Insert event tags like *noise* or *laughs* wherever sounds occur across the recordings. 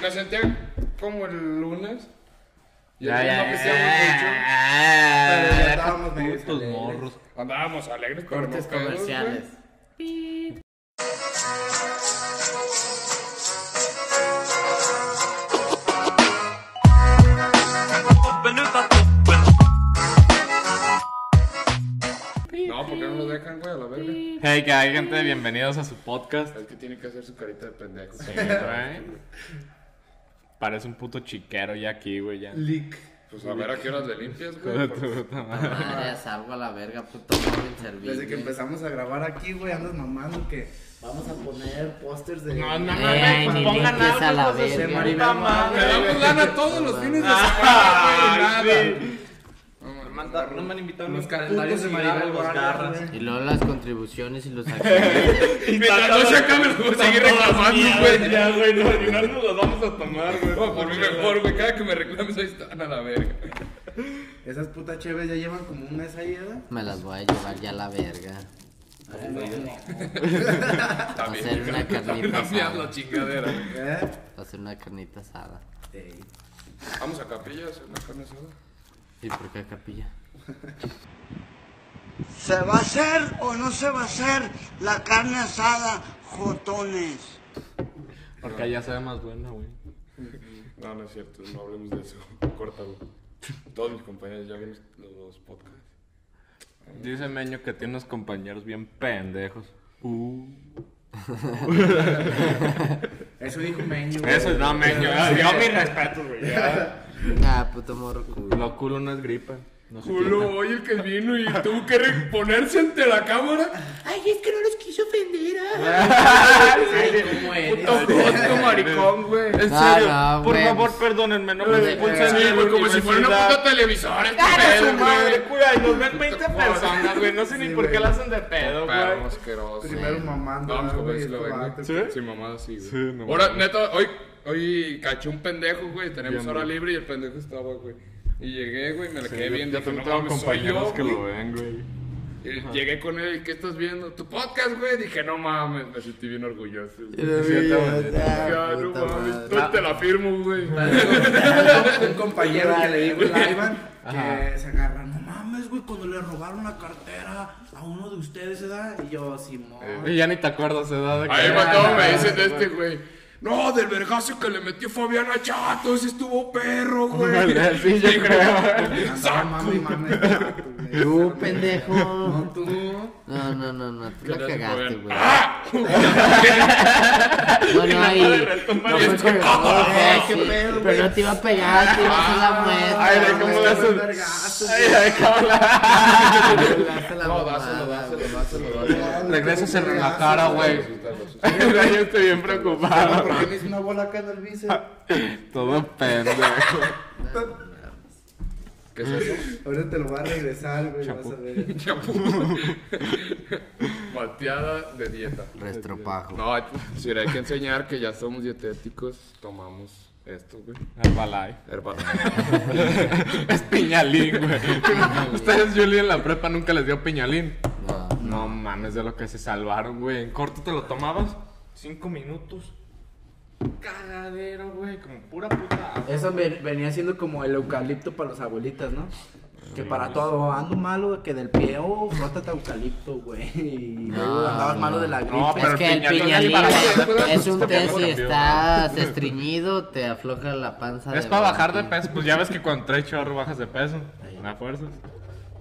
Me sentía como el lunes. Y el Ya, lunes ya, no ya, pisteamos mucho. ya, Pero ya ya, estábamos con medio putos alegres. morros. Andábamos alegres, pero Cortes no pedos, güey. comerciales. No, porque no nos dejan, güey, a la verga. Hey, que hay gente, bienvenidos a su podcast. Es que tiene que hacer su carita de pendejo. güey. Parece un puto chiquero ya aquí, güey, ya. Leak. Pues a ver a qué horas le limpias, güey. porque- Puta Madre, salgo a la verga, puto morro inservible. Desde que empezamos a grabar aquí, güey, andas mamando que vamos a poner pósters de. No, no, Ay, Ay, ni pongan algo, limpies a la hijos de su verga. *laughs* puta Le madre. damos lana todos los fines de semana, Ah, güey, nada. sí. No, Me han da- No me han invitado ni Los calendarios calendarios de de Maribel los Guardia, garras. güey. Y luego las contribuciones y los acciones. Mientras no se acabe el juego, seguir reclamando, güey. Ya, güey, no, ni no nos los vamos a tomar, güey. No, por mí mejor, güey. Cada que me reclames, ahí están a la verga. Esas putas chéves ya llevan como un mes ahí, ¿verdad? Me las voy a llevar ya a la verga. Va a ser una carnita Cambiar la asada. chingadera. ¿Eh? Va a ser una carnita asada. Sí. Vamos a capilla a hacer una carne asada. ¿Y por qué capilla? ¿Se va a hacer o no se va a hacer la carne asada, jotones? Porque allá sabe más buena, güey. No, no es cierto, no hablemos de eso. *laughs* Corta, güey. Todos mis compañeros ya ven los, los podcasts. Dice Meño que tiene unos compañeros bien pendejos. Eso dijo Meño. güey. Eso es no, Meño. Yo mis respetos, güey. ya. Ah, puto morro culo. Lo culo no es gripa. No se Culo, oye, el que vino y tuvo que re- ponerse ante la cámara. Ay, es que no los quiso ofender. ah. Ay, ¿cómo eres? Puto puto maricón, güey. En No, serio, no, por güey, favor, pues- perdónenme, no Pues, me impulsen Sí, ni güey, como si fuera una puta universidad. televisora. este ¡Cara pedo, su madre, güey. cura! Y nos ven 20 Puta personas, güey. No sé Sí, ni por qué güey. la hacen de pedo, Perro güey. asqueroso. Primero mamando. Vamos a güey, este ver si esto lo ven, va, güey. te- pues, Sí, mamada, sí, güey. Sí, no Ahora, mames. neta, hoy, hoy caché un pendejo, güey. Tenemos Bien, hora güey. libre y el pendejo estaba, güey. Y llegué, güey, me la quedé bien. Ya dije, también no tengo mames, soy compañeros yo, que güey. lo ven, güey. Y Llegué con él, ¿qué estás viendo? Tu podcast, güey. Dije, no mames, me sentí bien orgulloso. güey. Dije, "Ah, no mames, no te Ah. la firmo, *laughs* güey. Un compañero que le dijo a Ivan que se agarra. No mames, güey, cuando le robaron la cartera a uno de ustedes, ¿verdad? Y yo, Simón. Y ya ni te acuerdas, ¿verdad? *laughs* Ahí me mató, acabo, me dicen de este, güey. No, del vergazo que le metió Fabián a Chato, ese estuvo perro, güey. Ándale, *laughs* *laughs* sí, yo Dije, creo. Andaba mame y mame de vato, güey. Tú, pendejo. No, tú. No, no, no, no. Tú la le hace cagaste, Fabián? güey. *laughs* ¡Ah! Bueno, ahí. No y fue es que- colgado, Ay, güey, qué sí, pedo, güey. Pero no te iba a pegar, te iba a hacer la muestra. Ay, de güey, cómo le *laughs* qué buen haces. vergazo, Ay, de cómo la. No, dáselo, dáselo, dáselo, dáselo. Regresas en la cara, güey. *laughs* Yo estoy bien preocupado. *laughs* ¿Por qué me hizo una bola acá en el bíceps? Ah. Todo pendejo. ¿Qué es eso? Ahora te lo voy a regresar, güey, vas a ver. Champú. Bateada de dieta. Restropajo. No, hay- si hay que enseñar que ya somos dietéticos, tomamos esto, güey. Herbalife. Herbal- Es piñalín, güey. Ustedes, Juli, en la prepa nunca les dio piñalín. No. No mames de lo que se salvaron, güey. En corto te lo tomabas. Cinco minutos. Cagadero, güey. Como pura puta. Eso ve- venía siendo como el eucalipto para los abuelitas, ¿no? Que para todo, ando malo, que del pie, oh, frótate eucalipto, güey. *laughs* Y luego andabas malo de la gripe. No, Es pero que el piñalín- piñalín piñalín- es un té si piñalín- estás estreñido, te afloja la panza. Es para bajar de peso. Pues ya ves que cuando traes chorro bajas de peso. Una fuerza.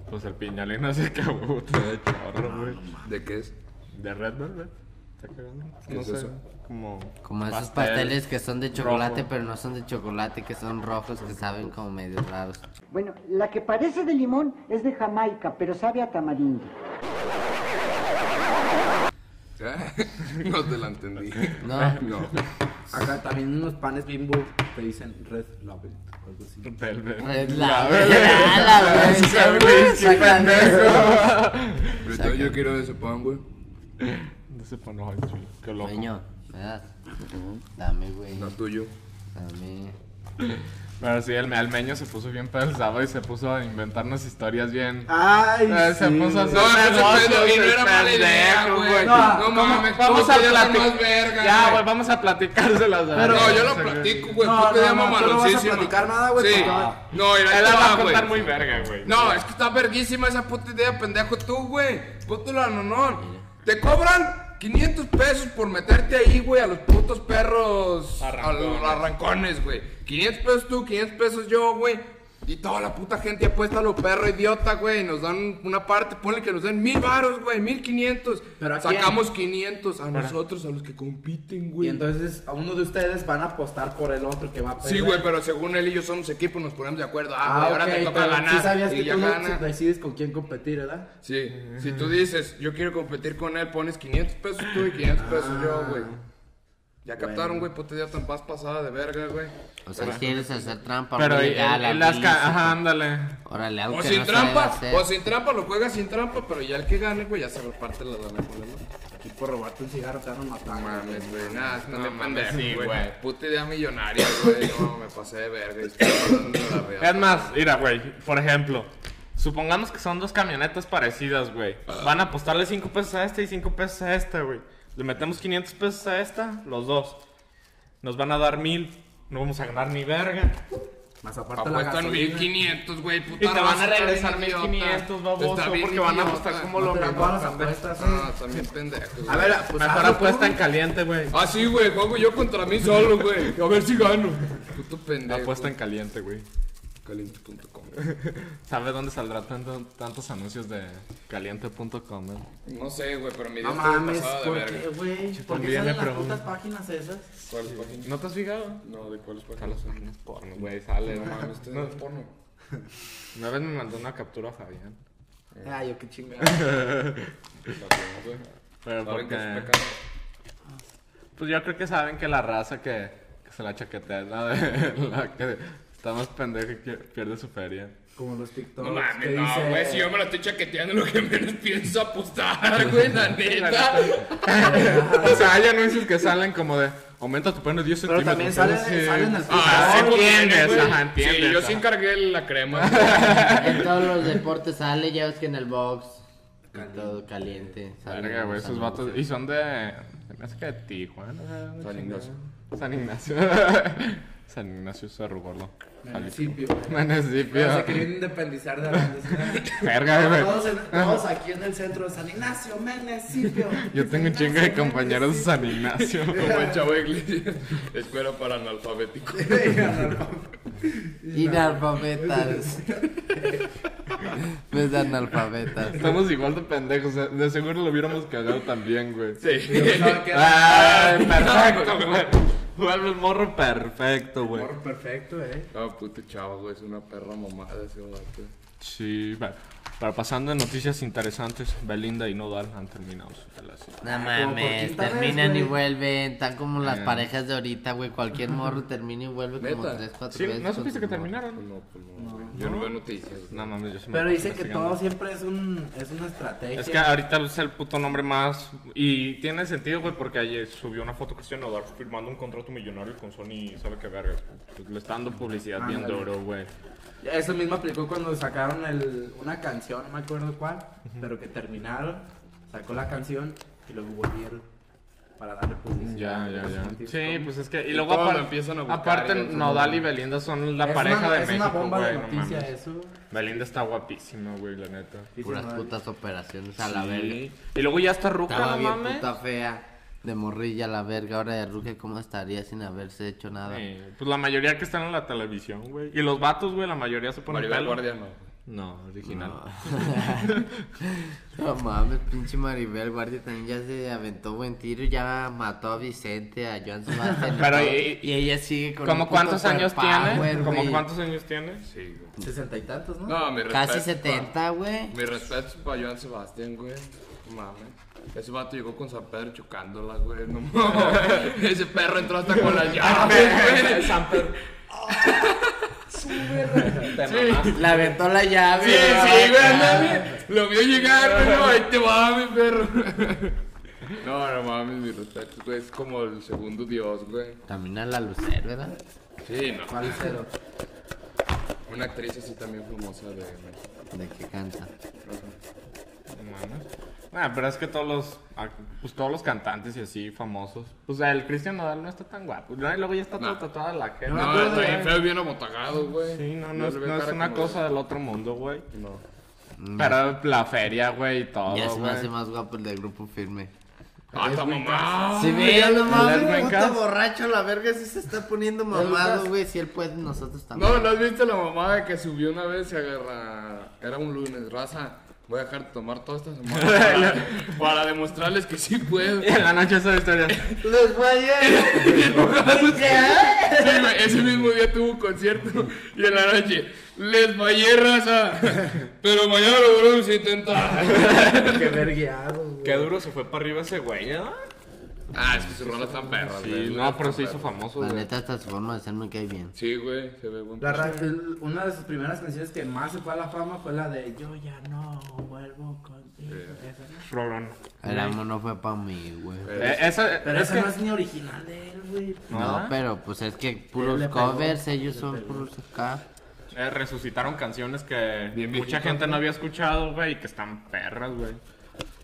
Pues el piñalín hace que uh, te de chorro, güey. ¿De qué es? De Red Velvet. Está cagando. ¿Qué no es sé. eso? Como. Como esos pastel. pasteles que son de chocolate, rojo. pero no son de chocolate, que son rojos, que saben como medio raros. Bueno, la que parece de limón es de Jamaica, pero sabe a tamarindo. *laughs* No te la entendí. No. *laughs* No. Acá también unos panes bimbo te dicen red label, o algo así. Velvet. Es *laughs* la verdad, la Sí, verdad. güey, sí, Sacan eso. Pero yo quiero de ese pan, güey. No se pone ay, sí, Qué loco. Dueño, ¿me das? Dame, güey. No tuyo. Dame. Pero sí, el almeño se puso bien pedo el sábado y se puso a inventarnos historias bien. Ay, Eh, se sí, puso a güey. hacer No, no se puede, y no era mala idea, pendejo, güey. No, No ¿cómo- mames, Vamos a platicar. más verga, Ya, güey. güey, vamos a platicárselas. ¿verdad? Pero- No, yo lo Sí, güey. platico, güey. No, Tú te no, llamas no, tú no vas a mamoncísima. platicar nada, güey, Sí. porque- No, mira, ahí Él te la va a güey. contar muy verga, güey. No, es que está verguísima esa puta idea, pendejo tú, güey. Póntelo a nonón. Te cobran 500 pesos por meterte ahí, güey, a los putos perros. A los arrancones, güey. 500 pesos tú, 500 pesos yo, güey. Y toda la puta gente apuesta a los perros, idiota, güey. Nos dan una parte, ponle que nos den mil varos, güey, mil quinientos. ¿Pero a quién? Sacamos 500 a nosotros, a los que compiten, Y güey. entonces a uno de ustedes van a apostar por el otro que va a perder. Sí, güey, pero según él y yo somos equipo, nos ponemos de acuerdo. Ah, Ah, güey, ahora ok, te toca pero ganar. sí sabías y que ya tú gana. decides con quién competir, ¿verdad? Sí, si tú dices, yo quiero competir con él, pones 500 pesos tú y 500 Ah. pesos yo, güey. Ya captaron, güey, puta idea tan paz pasada de verga, güey. O sea, quieres hacer trampa. Pero muy y- legal, en en a las mí, ca- Ajá, ándale. Órale, aunque O sin no se deba trampa, hacer. o sin trampa, lo juegas sin trampa, pero ya el que gane, güey, ya se reparte la lana con él. Aquí por robarte un cigarro te van a matar. No mames, Pues, güey, nada, es una No mames, sí, güey. Puta idea millonaria, güey, no, me pasé de verga. estoy hablando de la real. Es más, mira, güey, por ejemplo, supongamos que son dos camionetas parecidas, güey. Van a apostarle 5 pesos a esta y 5 pesos a esta, güey. Le metemos 500 pesos a esta, los dos. Nos van a dar 1000. No vamos a ganar ni verga. Más aparte la Apuestan gasolina. 1500, güey, puta Y te van raza, a está bien regresar idiota. 1500, Está baboso, bien porque van a idiota. apostar como No lo te dan mismo. todas las apuestas. No, también pendejos. A ver, pues Mejor hazlo apuesta tú. Ah, en caliente, güey. Ah, sí, güey, juego yo contra mí solo, güey. A ver si gano. Puto pendejo. Apuesta en caliente, güey. caliente.com. ¿Sabe dónde saldrá tanto- tantos anuncios de caliente.com? güey? No sé, güey, pero mi día No estuvo mames, pasado de ¿por verga. qué, güey? ¿Por qué también salen me las pregunto. putas páginas esas? ¿Cuáles páginas? ¿No te has fijado? No, ¿de cuáles A páginas? las páginas porno, *laughs* güey, sale. No No mames, este No. es porno. Una vez me mandó una captura a Fabián. Ay, yo qué chingada. La tengo, güey. Pero Saben que es porque... pecado. Pues yo creo que saben que la raza que, que se la chaquetea es la, de, *laughs* la que está más pendeja y que pierde su feria. Como los TikToks. No que mames, dice- no, güey. Si yo me la estoy chaqueteando, lo que menos pienso es apostar, güey, la neta. *laughs* o sea, hay anuncios que salen como de aumenta tu pene 10 Pero centímetros. también salen entonces, salen las Ah, sí, Entiendes, porque, güey. ajá, entiendes, Sí, yo ajá. sí encargué la crema. En todos los deportes sale, ya ves que en el box. y todo caliente. salen Verga, güey, los esos anuncios. vatos. Y son de. se Me hace que de Tijuana. San Ignacio. San Ignacio. San Ignacio Cerro Gordo. Municipio. Pero se Municipio. querían independizar de Arandas. *laughs* Verga, Todos, güey. en- todos aquí en el centro de San Ignacio, municipio. Yo tengo un chingo de compañeros de San *laughs* Ignacio. Como el chavo Iglesias. Escuela para analfabéticos. Inalfabetas. Ves Pues de analfabetas. Estamos igual de pendejos. eh. De seguro lo hubiéramos cagado también, güey. Sí. *laughs* Ay, perfecto, güey. Jugarme el morro perfecto, güey. Amor perfecto, eh. *laughs* No, puto chavo, güey, es una perra mamada ese vato. Sí, va. Pero pasando a noticias interesantes, Belinda y Nodal han terminado su relación. No como por mames, quinta vez, terminan y güey. vuelven. Están como las Eh. parejas de ahorita, güey. Cualquier morro termina y vuelve como ¿Neta? tres, cuatro Sí, veces. ¿no con supiste sus que morros. terminaron? No, pues no, güey. Yo no veo noticias. No mames, yo sí me Pero paso dicen que investigando. todo siempre es, un, es una estrategia. Es que ahorita es el puto nombre más. Y tiene sentido, güey, porque ayer subió una foto Cristiano Nodal firmando un contrato millonario con Sony, ¿sabe qué verga? Pues le está dando publicidad bien Ándale. duro, güey. Eso mismo aplicó cuando sacaron el, una canción, no me acuerdo cuál, pero que terminaron, sacó la canción y luego volvieron para darle Ya, publicidad. ya, ya. Sí, Sí, pues es que. Y Y luego todos apar- lo empiezan a buscar, aparte, y eso, Nodal ¿no? y Belinda son la es pareja una, de es México, una bomba güey. de no noticia mames. eso. Belinda está guapísima, güey, la neta. Dices, Puras "Madre". putas operaciones a la Sí. verga. Y luego ya está Estaba ruca, no bien mames. puta fea. De morrilla a la verga. Ahora de ruca, ¿cómo estaría sin haberse hecho nada? Eh, pues la mayoría que están en la televisión, güey. Y los vatos, güey, la mayoría se ponen Maribel pelo. Guardia no. No, original. No mames, pinche Maribel Guardia también ya se aventó buen tiro, ya mató a Vicente, a Joan Sebastián. y Pero todo, y- y ella sigue con ¿Cómo un puto cuántos años superpower, tiene? ¿Cómo güey. cuántos años tiene? Sí, güey. Sesenta y tantos, ¿no? No, mi respeto. Casi 70, güey. Mi respeto para Joan Sebastián, güey. No mames. Ese vato llegó con San Pedro chocándola, güey. No *laughs* mames. Ese perro entró hasta con las *laughs* llaves, Ah, güey. San Pedro. Le aventó la llave. Sí, sí, güey, anda, güey. Lo vio llegar, güey. no, Ahí te va, mi perro. *laughs* No, no mames, mi respeto, güey. Es como el segundo dios, güey. También a la Lucer, ¿verdad? Sí, no. ¿Cuál cero? Una actriz así también famosa de México. De que canta. Ah, pero es que todos los, ac- pues, todos los cantantes y así famosos. pues, O sea, el Cristian Nodal no está tan guapo. No, y luego ya está No. todo tatuada la cara. No, me acuerdo, está bien güey. feo, y bien amotagado, güey. Sí, no, no, es, se ve no es cara una como- cosa del otro mundo, güey. No. Pero la feria, güey, y todo, ya se me Oh, güey. hace más guapo el del grupo firme. Ah, está Oh, mamá. Si vean, no Las mames, puto blancas. borracho, la verga sí se está poniendo mamado, güey. Si él puede, nosotros también. No, ¿no has visto la mamada que subió una vez? Se agarra. Era un lunes, raza. Voy a dejar de tomar toda *laughs* esta semana para, para demostrarles que sí puedo. Y *laughs* en la noche esa historia. *laughs* Les voy a Sí, güey, ese mismo día tuvo un concierto y en la noche les fallé raza, pero mañana lo volvemos a intentar. *laughs* Qué vergueado, güey. Qué duro se fue para arriba ese güey, ¿no? Ah, es que sus rolas están perras, güey. Sí, no, pero se hizo famoso, La güey. neta, hasta su forma de ser me cae bien. Sí, güey, se ve buen La ra- el- una de sus primeras canciones que más se fue a la fama fue la de Yo ya no vuelvo contigo. Esa, ¿no? Rolón. El amo no fue para mí, güey. Eh, esa, Pero es esa que... no es ni original de él, güey. No, ¿Ah? pero pues es que puros le pegó, covers, ellos le son pegó. puros acá. Eh, resucitaron canciones que Bien mucha viejitas, gente ¿no? no había escuchado, güey, y que están perras, güey.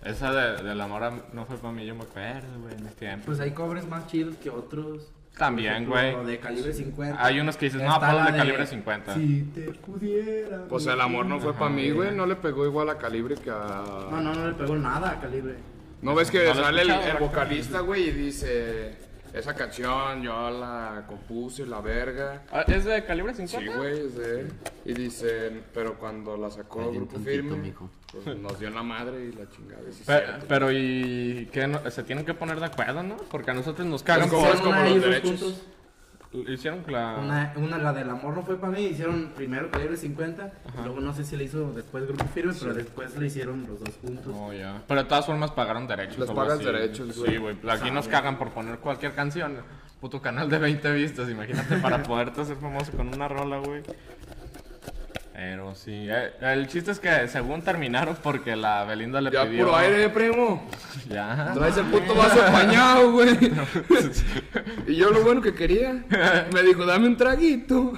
Esa de, de la mora no fue para mí, yo me acuerdo, güey, en mis tiempos. Pues hay covers más chidos que otros. También, Por ejemplo, güey. De calibre 50. Hay unos que dices, no, Está ponlo la de calibre 50. Si te pudiera. Pues el amor no fue Ajá, para mí, güey. güey. No le pegó igual a calibre que a. No, no, no le pegó nada a calibre. ¿No ves que No lo he sale el, escuchado, el la vocalista, güey, y dice: Esa canción yo la compuse, la verga. Ah, ¿Es de calibre 50? Sí, güey, es de él. Y dice: Pero cuando la sacó Ahí el un grupo tantito, firme, mijo. pues, nos dio en la madre y la chingada. y sí, Pe- cierto. Pero, ¿y qué? No- se tienen que poner de acuerdo, ¿no? Porque a nosotros nos cagan. Es Pues como- por- como una los ellos derechos. juntos. Hicieron la... Una, una, la del amor no fue para mí, hicieron primero Calibre 50, y luego no sé si le hizo después Grupo Firme, pero después le hicieron los dos juntos. Oh, ya. Pero de todas formas pagaron derechos. Pues, Les algo pagan así. derechos, güey. Sí, güey. Aquí nos cagan por poner cualquier canción. Puto canal de 20 vistas, imagínate, para poderte hacer famoso con una rola, güey. Pero sí. eh, el chiste es que según terminaron porque la Belinda le Ya pidió. puro aire, primo. Ya. Ah, Traes el puto vaso apañado, güey. *laughs* pues, y yo lo bueno que quería. Me dijo, dame un *laughs* traguito.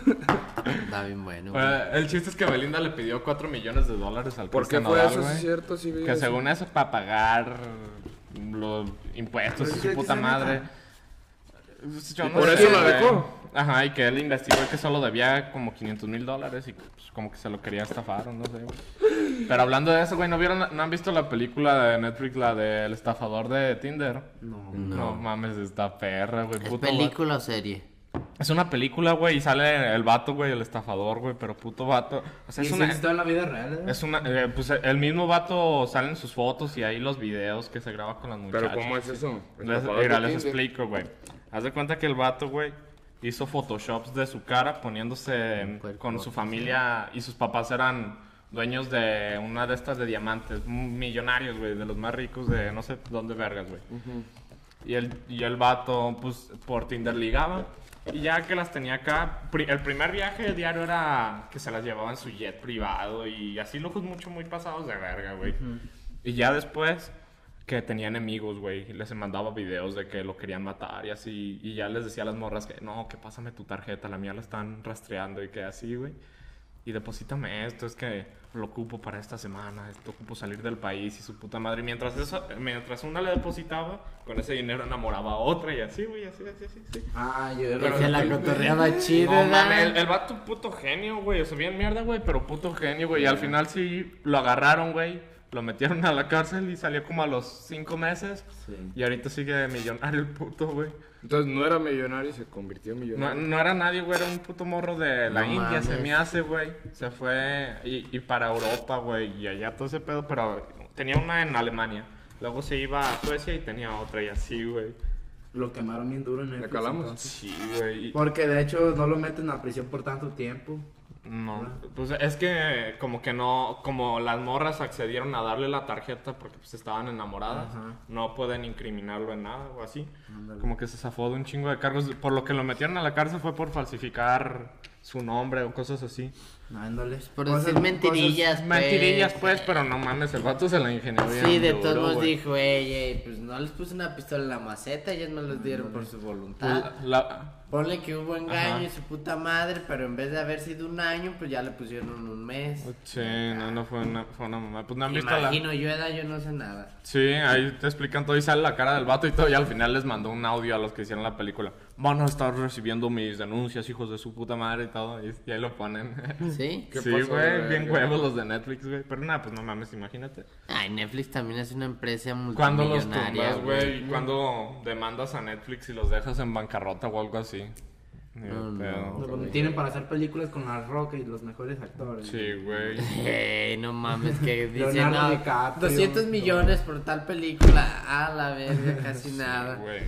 Está bien bueno. güey. Eh, el chiste es que Belinda le pidió 4 millones de dólares al ¿Por qué Cristian fue Nodal, eso? Sí, es güey. cierto, sí, vi Que eso. según eso, para pagar los impuestos Pero y sí, su sí, puta sí, madre. neta. Yo por eso la güey. dejó? Ajá, y que él investigó que solo debía como 500 mil dólares y pues, como que se lo quería estafar o no sé, güey. Pero hablando de eso, güey, ¿no, vieron, ¿no han visto la película de Netflix, la del estafador de Tinder? No. No, mames, esta perra, güey. ¿Es puto película o serie? vato. Es una película, güey, y sale el vato, güey, el estafador, güey, pero puto vato. O sea, Y es eso una... existió en la vida real, ¿eh? Es una, eh, pues el mismo vato salen sus fotos y ahí los videos que se graba con las muchachas. Pero ¿cómo es eso? Les, mira, les explico, güey. Haz de cuenta que el vato, güey, hizo photoshops de su cara poniéndose en- cuerpo, con su familia y sus papás eran dueños de una de estas de diamantes, m- millonarios, güey, de los más ricos de no sé dónde vergas, güey. Y el, y el vato, pues, por Tinder ligaba. Y ya que las tenía acá, pri- el primer viaje diario era que se las llevaba en su jet privado y así locos mucho, muy pasados de verga, güey. Y ya después que tenía enemigos, güey, y les mandaba videos de que lo querían matar y así. Y ya les decía a las morras que, no, que pásame tu tarjeta, la mía la están rastreando y que así, güey. Y deposítame esto, es que lo ocupo para esta semana, esto ocupo salir del país y su puta madre. Y Mientras, eso, mientras una le depositaba, con ese dinero enamoraba a otra y así, güey, así, así, así. así. Ah, yo Que se la cotorreaba No, chido, mames, el, ¿verdad? el vato puto genio, güey. O sea, bien mierda, güey, pero puto genio, güey. Y al final sí lo agarraron, güey. Lo metieron a la cárcel y salió como a los cinco meses. Sí. Y ahorita sigue millonario el puto, güey. Entonces no era millonario y se convirtió en No, millonario. no era nadie, güey. Era un puto morro de la No India, se mames. me hace, güey. Se fue y, y para Europa, güey. Y allá todo ese pedo, pero tenía una en Alemania. Luego se iba a Suecia y tenía otra y así, güey. Lo quemaron bien duro en el. ¿Le calamos? Sí, güey. y- Porque de hecho no lo meten a prisión por tanto tiempo. No, pues es que como que no, como las morras accedieron a darle la tarjeta porque pues estaban enamoradas, Ajá. no pueden incriminarlo en nada o así. Como que se zafó de un chingo de cargos, por lo que lo metieron a la cárcel fue por falsificar su nombre o cosas así. No, ándale. Por Cosas- decir mentirillas, pues. Mentirillas, pues, pero no mames, el vato se la ingenió bien Sí, de duro, todos modos güey. dijo, ey, ey, pues no les puse una pistola en la maceta, ellos me los dieron por su voluntad. La- Ponle que hubo engaño Ajá. y su puta madre, pero en vez de haber sido un año, pues ya le pusieron un mes. Sí, no, no fue una, fue una mamá. Pues no han visto la... Imagino, yo edad, yo no *laughs* sé nada. Sí, ahí te explican todo y sale la cara del vato y todo. Y al final les mandó un audio a los que hicieron la película. Van a estar recibiendo mis denuncias, hijos de su puta madre y todo. Y, y ahí lo ponen. ¿Sí? *laughs* ¿Qué sí, pasó, güey, güey? bien huevos los de Netflix, güey. Pero nada, pues no mames, imagínate. Ay, Netflix también es una empresa Cuando los multimillonaria, tumbas, güey, y cuando demandas a Netflix y los dejas en bancarrota o algo así. Ni de No, pedo. Lo que tienen para hacer películas con la roca y los mejores actores. Sí, güey. Ey, no mames, que dicen Leonardo no, DiCaprio, 200 millones por tal película. A la verga, casi nada. Güey.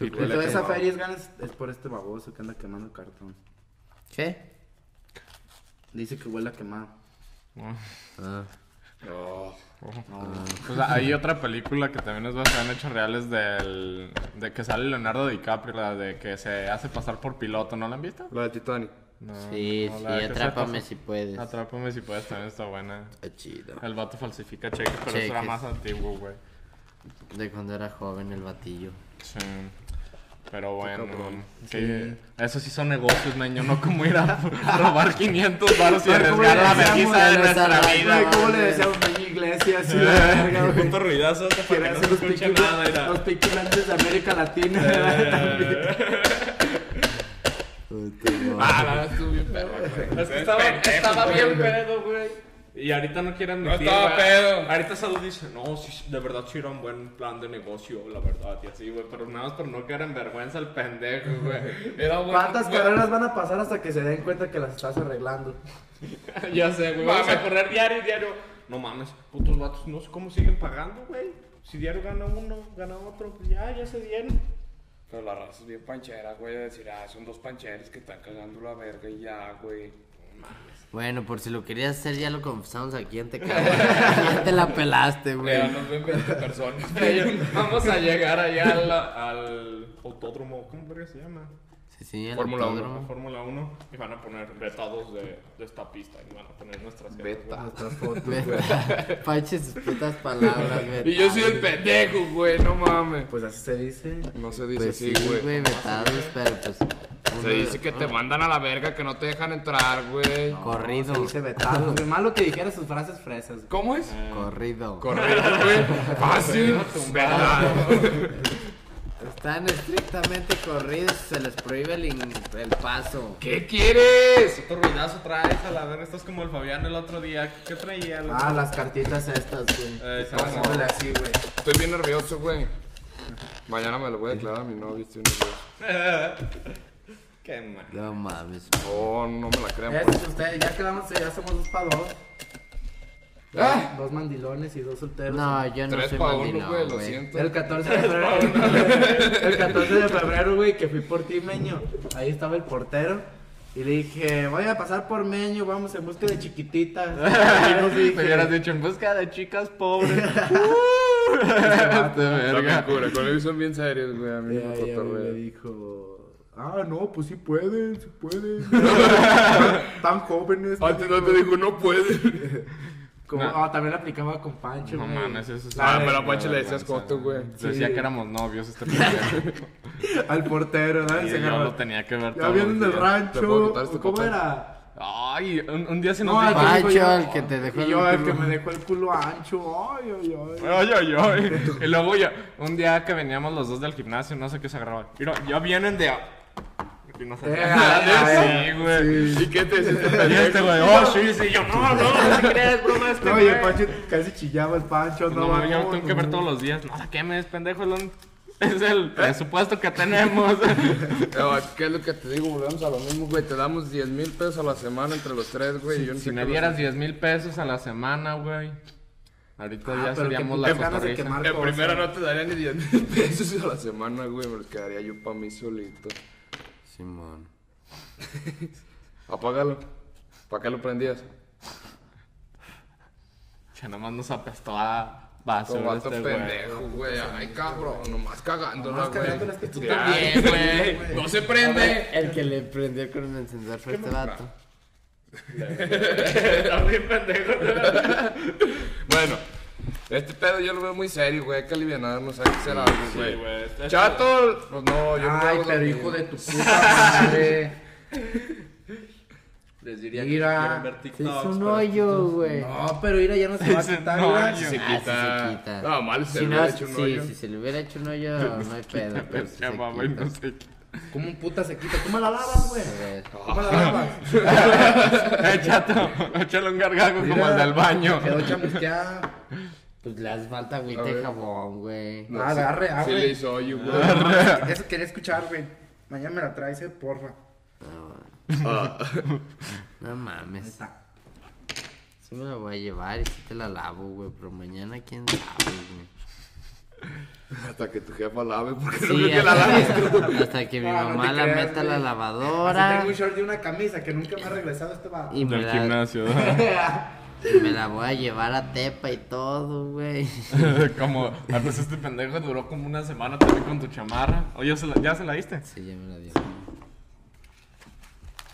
Y pues toda esa feria es ganas es por este baboso que anda quemando cartón. ¿Qué? Dice que huele a quemado. Ah. Pues hay otra película que también es basada en hechos reales del, de que sale Leonardo DiCaprio, la de que se hace pasar por piloto, ¿no la han visto? La de Titanic. No, Sí, no, sí, la de que se atrápame pasa- si puedes. Atrápame si puedes, también está buena. Está chido. El vato falsifica cheques, pero eso era Cheques. más antiguo, güey. De cuando era joven el batillo. Sí. Pero bueno, que- eso sí son negocios, niño, no como ir a *laughs* robar 500 baros y Pero ¿cómo le arriesgar la decíamos vergüenza a de los nuestra arrabales? vida. Güey, ¿Cómo le decíamos a Iglesias? *laughs* Y la verga, güey. Punto ruidazo hasta para Quiere que Pues no se hacer los escuche Peaky nada, Bl- mira. los Peaky Blinders de América Latina. ¿verdad? Ah, la verdad estuvo bien perro, güey. Es que estaba, estaba bien pedo, güey. Y ahorita no quieren No estaba pedo. Ahorita Salud dice, no, sí, de verdad sí era un buen plan de negocio, la verdad, y así, güey. Pero nada más por no quedar en vergüenza el pendejo, *laughs* güey. Era bueno. ¿Cuántas carreras van a pasar hasta que se den cuenta que las estás arreglando? Ya sé, güey. Vamos Mames. a correr diario, diario. No mames, putos vatos, no sé cómo siguen pagando, güey. Si diario gana uno, gana otro, pues ya, ya se dieron. Pero la raza es Ah, bien panchera, güey. a Decir, ah, son dos pancheros que están cagando la verga y ya, güey. Bueno, por si lo querías hacer, ya lo confesamos aquí ante cámara. ya te la pelaste, güey. Pero nos ven 20 personas. *laughs* Vamos a llegar allá al, *laughs* al autódromo, ¿cómo verga se llama? Sí, sí, el Fórmula uno. La autódromo. Fórmula 1 y van a poner vetados de, de esta pista y van a poner nuestras Beta. Nuestras fotos, *laughs* güey. Vete, Pache sus putas palabras, Pues vete. Y yo soy el pendejo, güey. No mames. Pues así se dice. No se dice Pues sí, así, güey. güey, vetados, pero pues. Se uno- dice que te mandan a la verga, que no te dejan entrar, güey. Corrido. Se dice vetado. Lo malo que dijera sus frases fresas. güey. ¿Cómo es? Corrido. Correcto, *laughs* güey. Fácil. Verdad. Están estrictamente corridos, se les prohíbe el, in- el paso. *laughs* ¿Qué quieres? Otro ruidazo traes a la verga, estás como el Fabián el otro día. ¿Qué traía? el Ah, otro? las cartitas estas, güey. Eh, ¿sabes? Haciéndole así, güey. Estoy bien nervioso, güey. Mañana me lo voy a declarar a mi novio. Estoy nervioso. Qué mal. No mames. Oh, no me la crean, pues. Es, ustedes, ya quedamos, ya somos dos para dos. Ah. Dos mandilones y dos solteros. No, yo no Tres soy pa' mandilón, uno, güey. Lo güey. siento. El 14 de febrero, el 14 de febrero, güey, que fui por ti, Meño. Ahí estaba el portero. Y le dije, voy a pasar por Meño, vamos en busca de chiquititas. Y *laughs* nos Me hubieras dije, dicho en busca de chicas pobres. Verga. Con ellos son bien serios, güey. A mí Ya, me ya, güey, me cotorrean. dijo, ah, no, pues sí pueden, sí *laughs* pueden. Tan- Tan jóvenes. Antes no te digo, no puedes. Como, No. ah, también la aplicaba con Pancho, No güey. mames, eso es. Ah, pero a Pancho le decías joto, güey. Decía Sí. que éramos novios este *laughs* pendejo. Al portero, ¿no? Y Se yo agarró. lo tenía que ver Ya todos vienen los del días. ¿Te puedo rancho. quitar este ¿Cómo copete? era? Ay, un, un día se nos No, al dijo. Pancho, que dijo yo, el que te dejó y el yo, el que culo. me dejó el culo ancho. Ay, ay, ay. Ay, ay, ay. Y luego ya, un día que veníamos los dos del gimnasio, no sé qué se agarraba. Mira, ya vienen de. Y no sé. *laughs* Eh, a Sí, güey. ¿Y qué te dices? Y este güey, oh, sí, sí, yo, no, no, no te creas, broma este. No, y el güey". Pancho casi chillaba el Pancho. No, No, mames, yo no, tengo no. que ver todos los días. No, la quemes, pendejo. Es, lo- *laughs* es el presupuesto que tenemos. Pero, ¿Qué es lo que te digo? Volvemos a lo mismo, güey. Te damos 10 mil pesos a la semana entre los tres, güey. y yo no sé si me qué dieras los- 10 mil pesos a la semana, güey. Ahorita Ah, ya pero seríamos la que putas ganas de cotorriza. quemar En cosas. primera no te daría ni 10 mil pesos a la semana, güey. Me los quedaría yo para mí solito. Simón. Apágalo. ¿Para qué lo prendías? Que nomás nos apestó a basura Vato este güey. pendejo, güey. Ay, cabrón, nomás cagándola, Nomás güey. cagándolas este que tú Claro, *laughs* también, güey. Ah, güey. No se A prende. *laughs* ver, El que le prendió con el encendedor fue este vato. *laughs* Bueno, este pedo yo lo veo muy serio, güey. Hay que aliviarnos, hay que hacer algo, güey. güey, este- Chato, pues no, yo no Ay, hago pero dormir. hijo de tu *laughs* puta madre. Les diría que quieren Mira, ver Se hizo TikToks. un pero- hoyo, güey. No, pero mira, ya *laughs* no se va a quitar, No, mira. yo- Se Ah, sí quita. se quita. No, mal se Si le no, hubiera hecho un sí, hoyo. Si se le hubiera hecho un hoyo, no hay pedo. pero sí Ya, se mamá, y quita. no sé qué. *laughs* Eh, ¿Cómo puta se quita? Ah. ¿Cómo la lavas, güey? A ver. ¿Cómo la lavas? Eh, chato, échale un gargajo como Mira, el del baño. Quedó chamusqueada. Pues le hace falta agüita y jabón, güey. No, Ah, sí- agarre, agarre. Sí le hizo hoyo, güey. Eso quería escuchar, güey. Mañana me la traes, eh, porfa. No mames. Sí me la voy a llevar y sí te la lavo, güey. Pero mañana quién sabe, güey. Hasta que tu jefa lave, porque *laughs* no Sí, creo que la hasta, laves. que, hasta que mi Ah, no te mamá la creas, meta a la güey. Así lavadora tengo un short de una camisa que nunca me ha regresado este va. y me, Del la, gimnasio. y me la voy a llevar a Tepa y todo, güey. *laughs* como, ah, pues este pendejo duró como una semana también con tu chamarra. ¿O ya se la, ya se la diste? Sí, ya me la dio.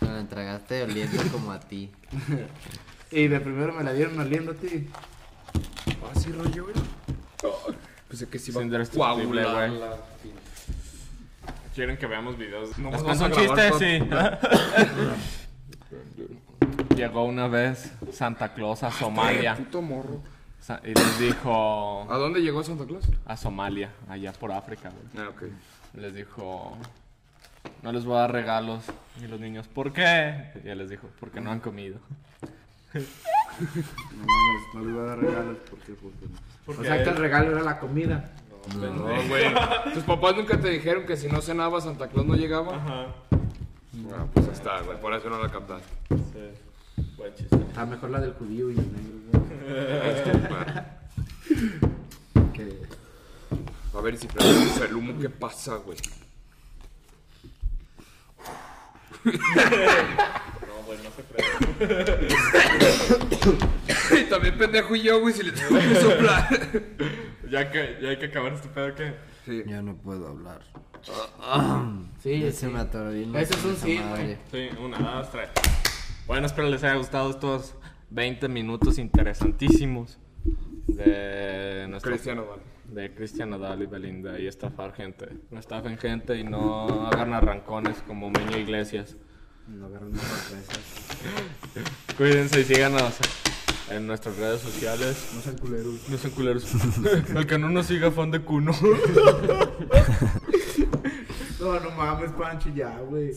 Me la entregaste oliendo como a ti. Y de primero me la dieron oliendo a ti. Así rollo, güey. Pensé Pues que sí Sin iba a destructible, coagular. güey. Quieren que veamos videos. No, vamos a un grabar chiste, sí. *laughs* Llegó una vez Santa Claus a Somalia Puto morro. sa- y les dijo ¿A dónde llegó Santa Claus? a Somalia, allá por África, güey. Ah, ok. les dijo, no les voy a dar regalos. Y los niños, ¿por qué? Y él les dijo, porque no han comido. No mames, no le voy a dar regalos porque, porque no. O sea que el regalo era la comida. No, güey. ¿Tus papás nunca te dijeron que si no cenaba Santa Claus no llegaba? Ajá. No, pues ahí está, güey. Por eso no la captaste. A lo mejor la del judío y el negro, *laughs* güey. Que- A ver si prendemos el humo, ¿qué pasa, güey? No, güey, no se prende. *laughs* y también pendejo y yo, güey, si le tengo que soplar. Ya que ya hay que acabar este pedo que... Sí. Yo no puedo hablar. Sí, Ya sí. se me atoró bien Eso es un esa sí, madre. güey. Sí, una, dos, tres. Bueno, espero les haya gustado estos 20 minutos interesantísimos de nuestro... Cristiano, vale. De Cristian Nadal y Belinda y estafar gente. No estafen gente y no hagan arrancones como Meño Iglesias. No agarró una sorpresa. Cuídense y síganos en nuestras redes sociales. No sean culeros. No sean culeros. *laughs* El que no nos siga fan de Cuno. *laughs* No, no mames, Pancho, ya, güey.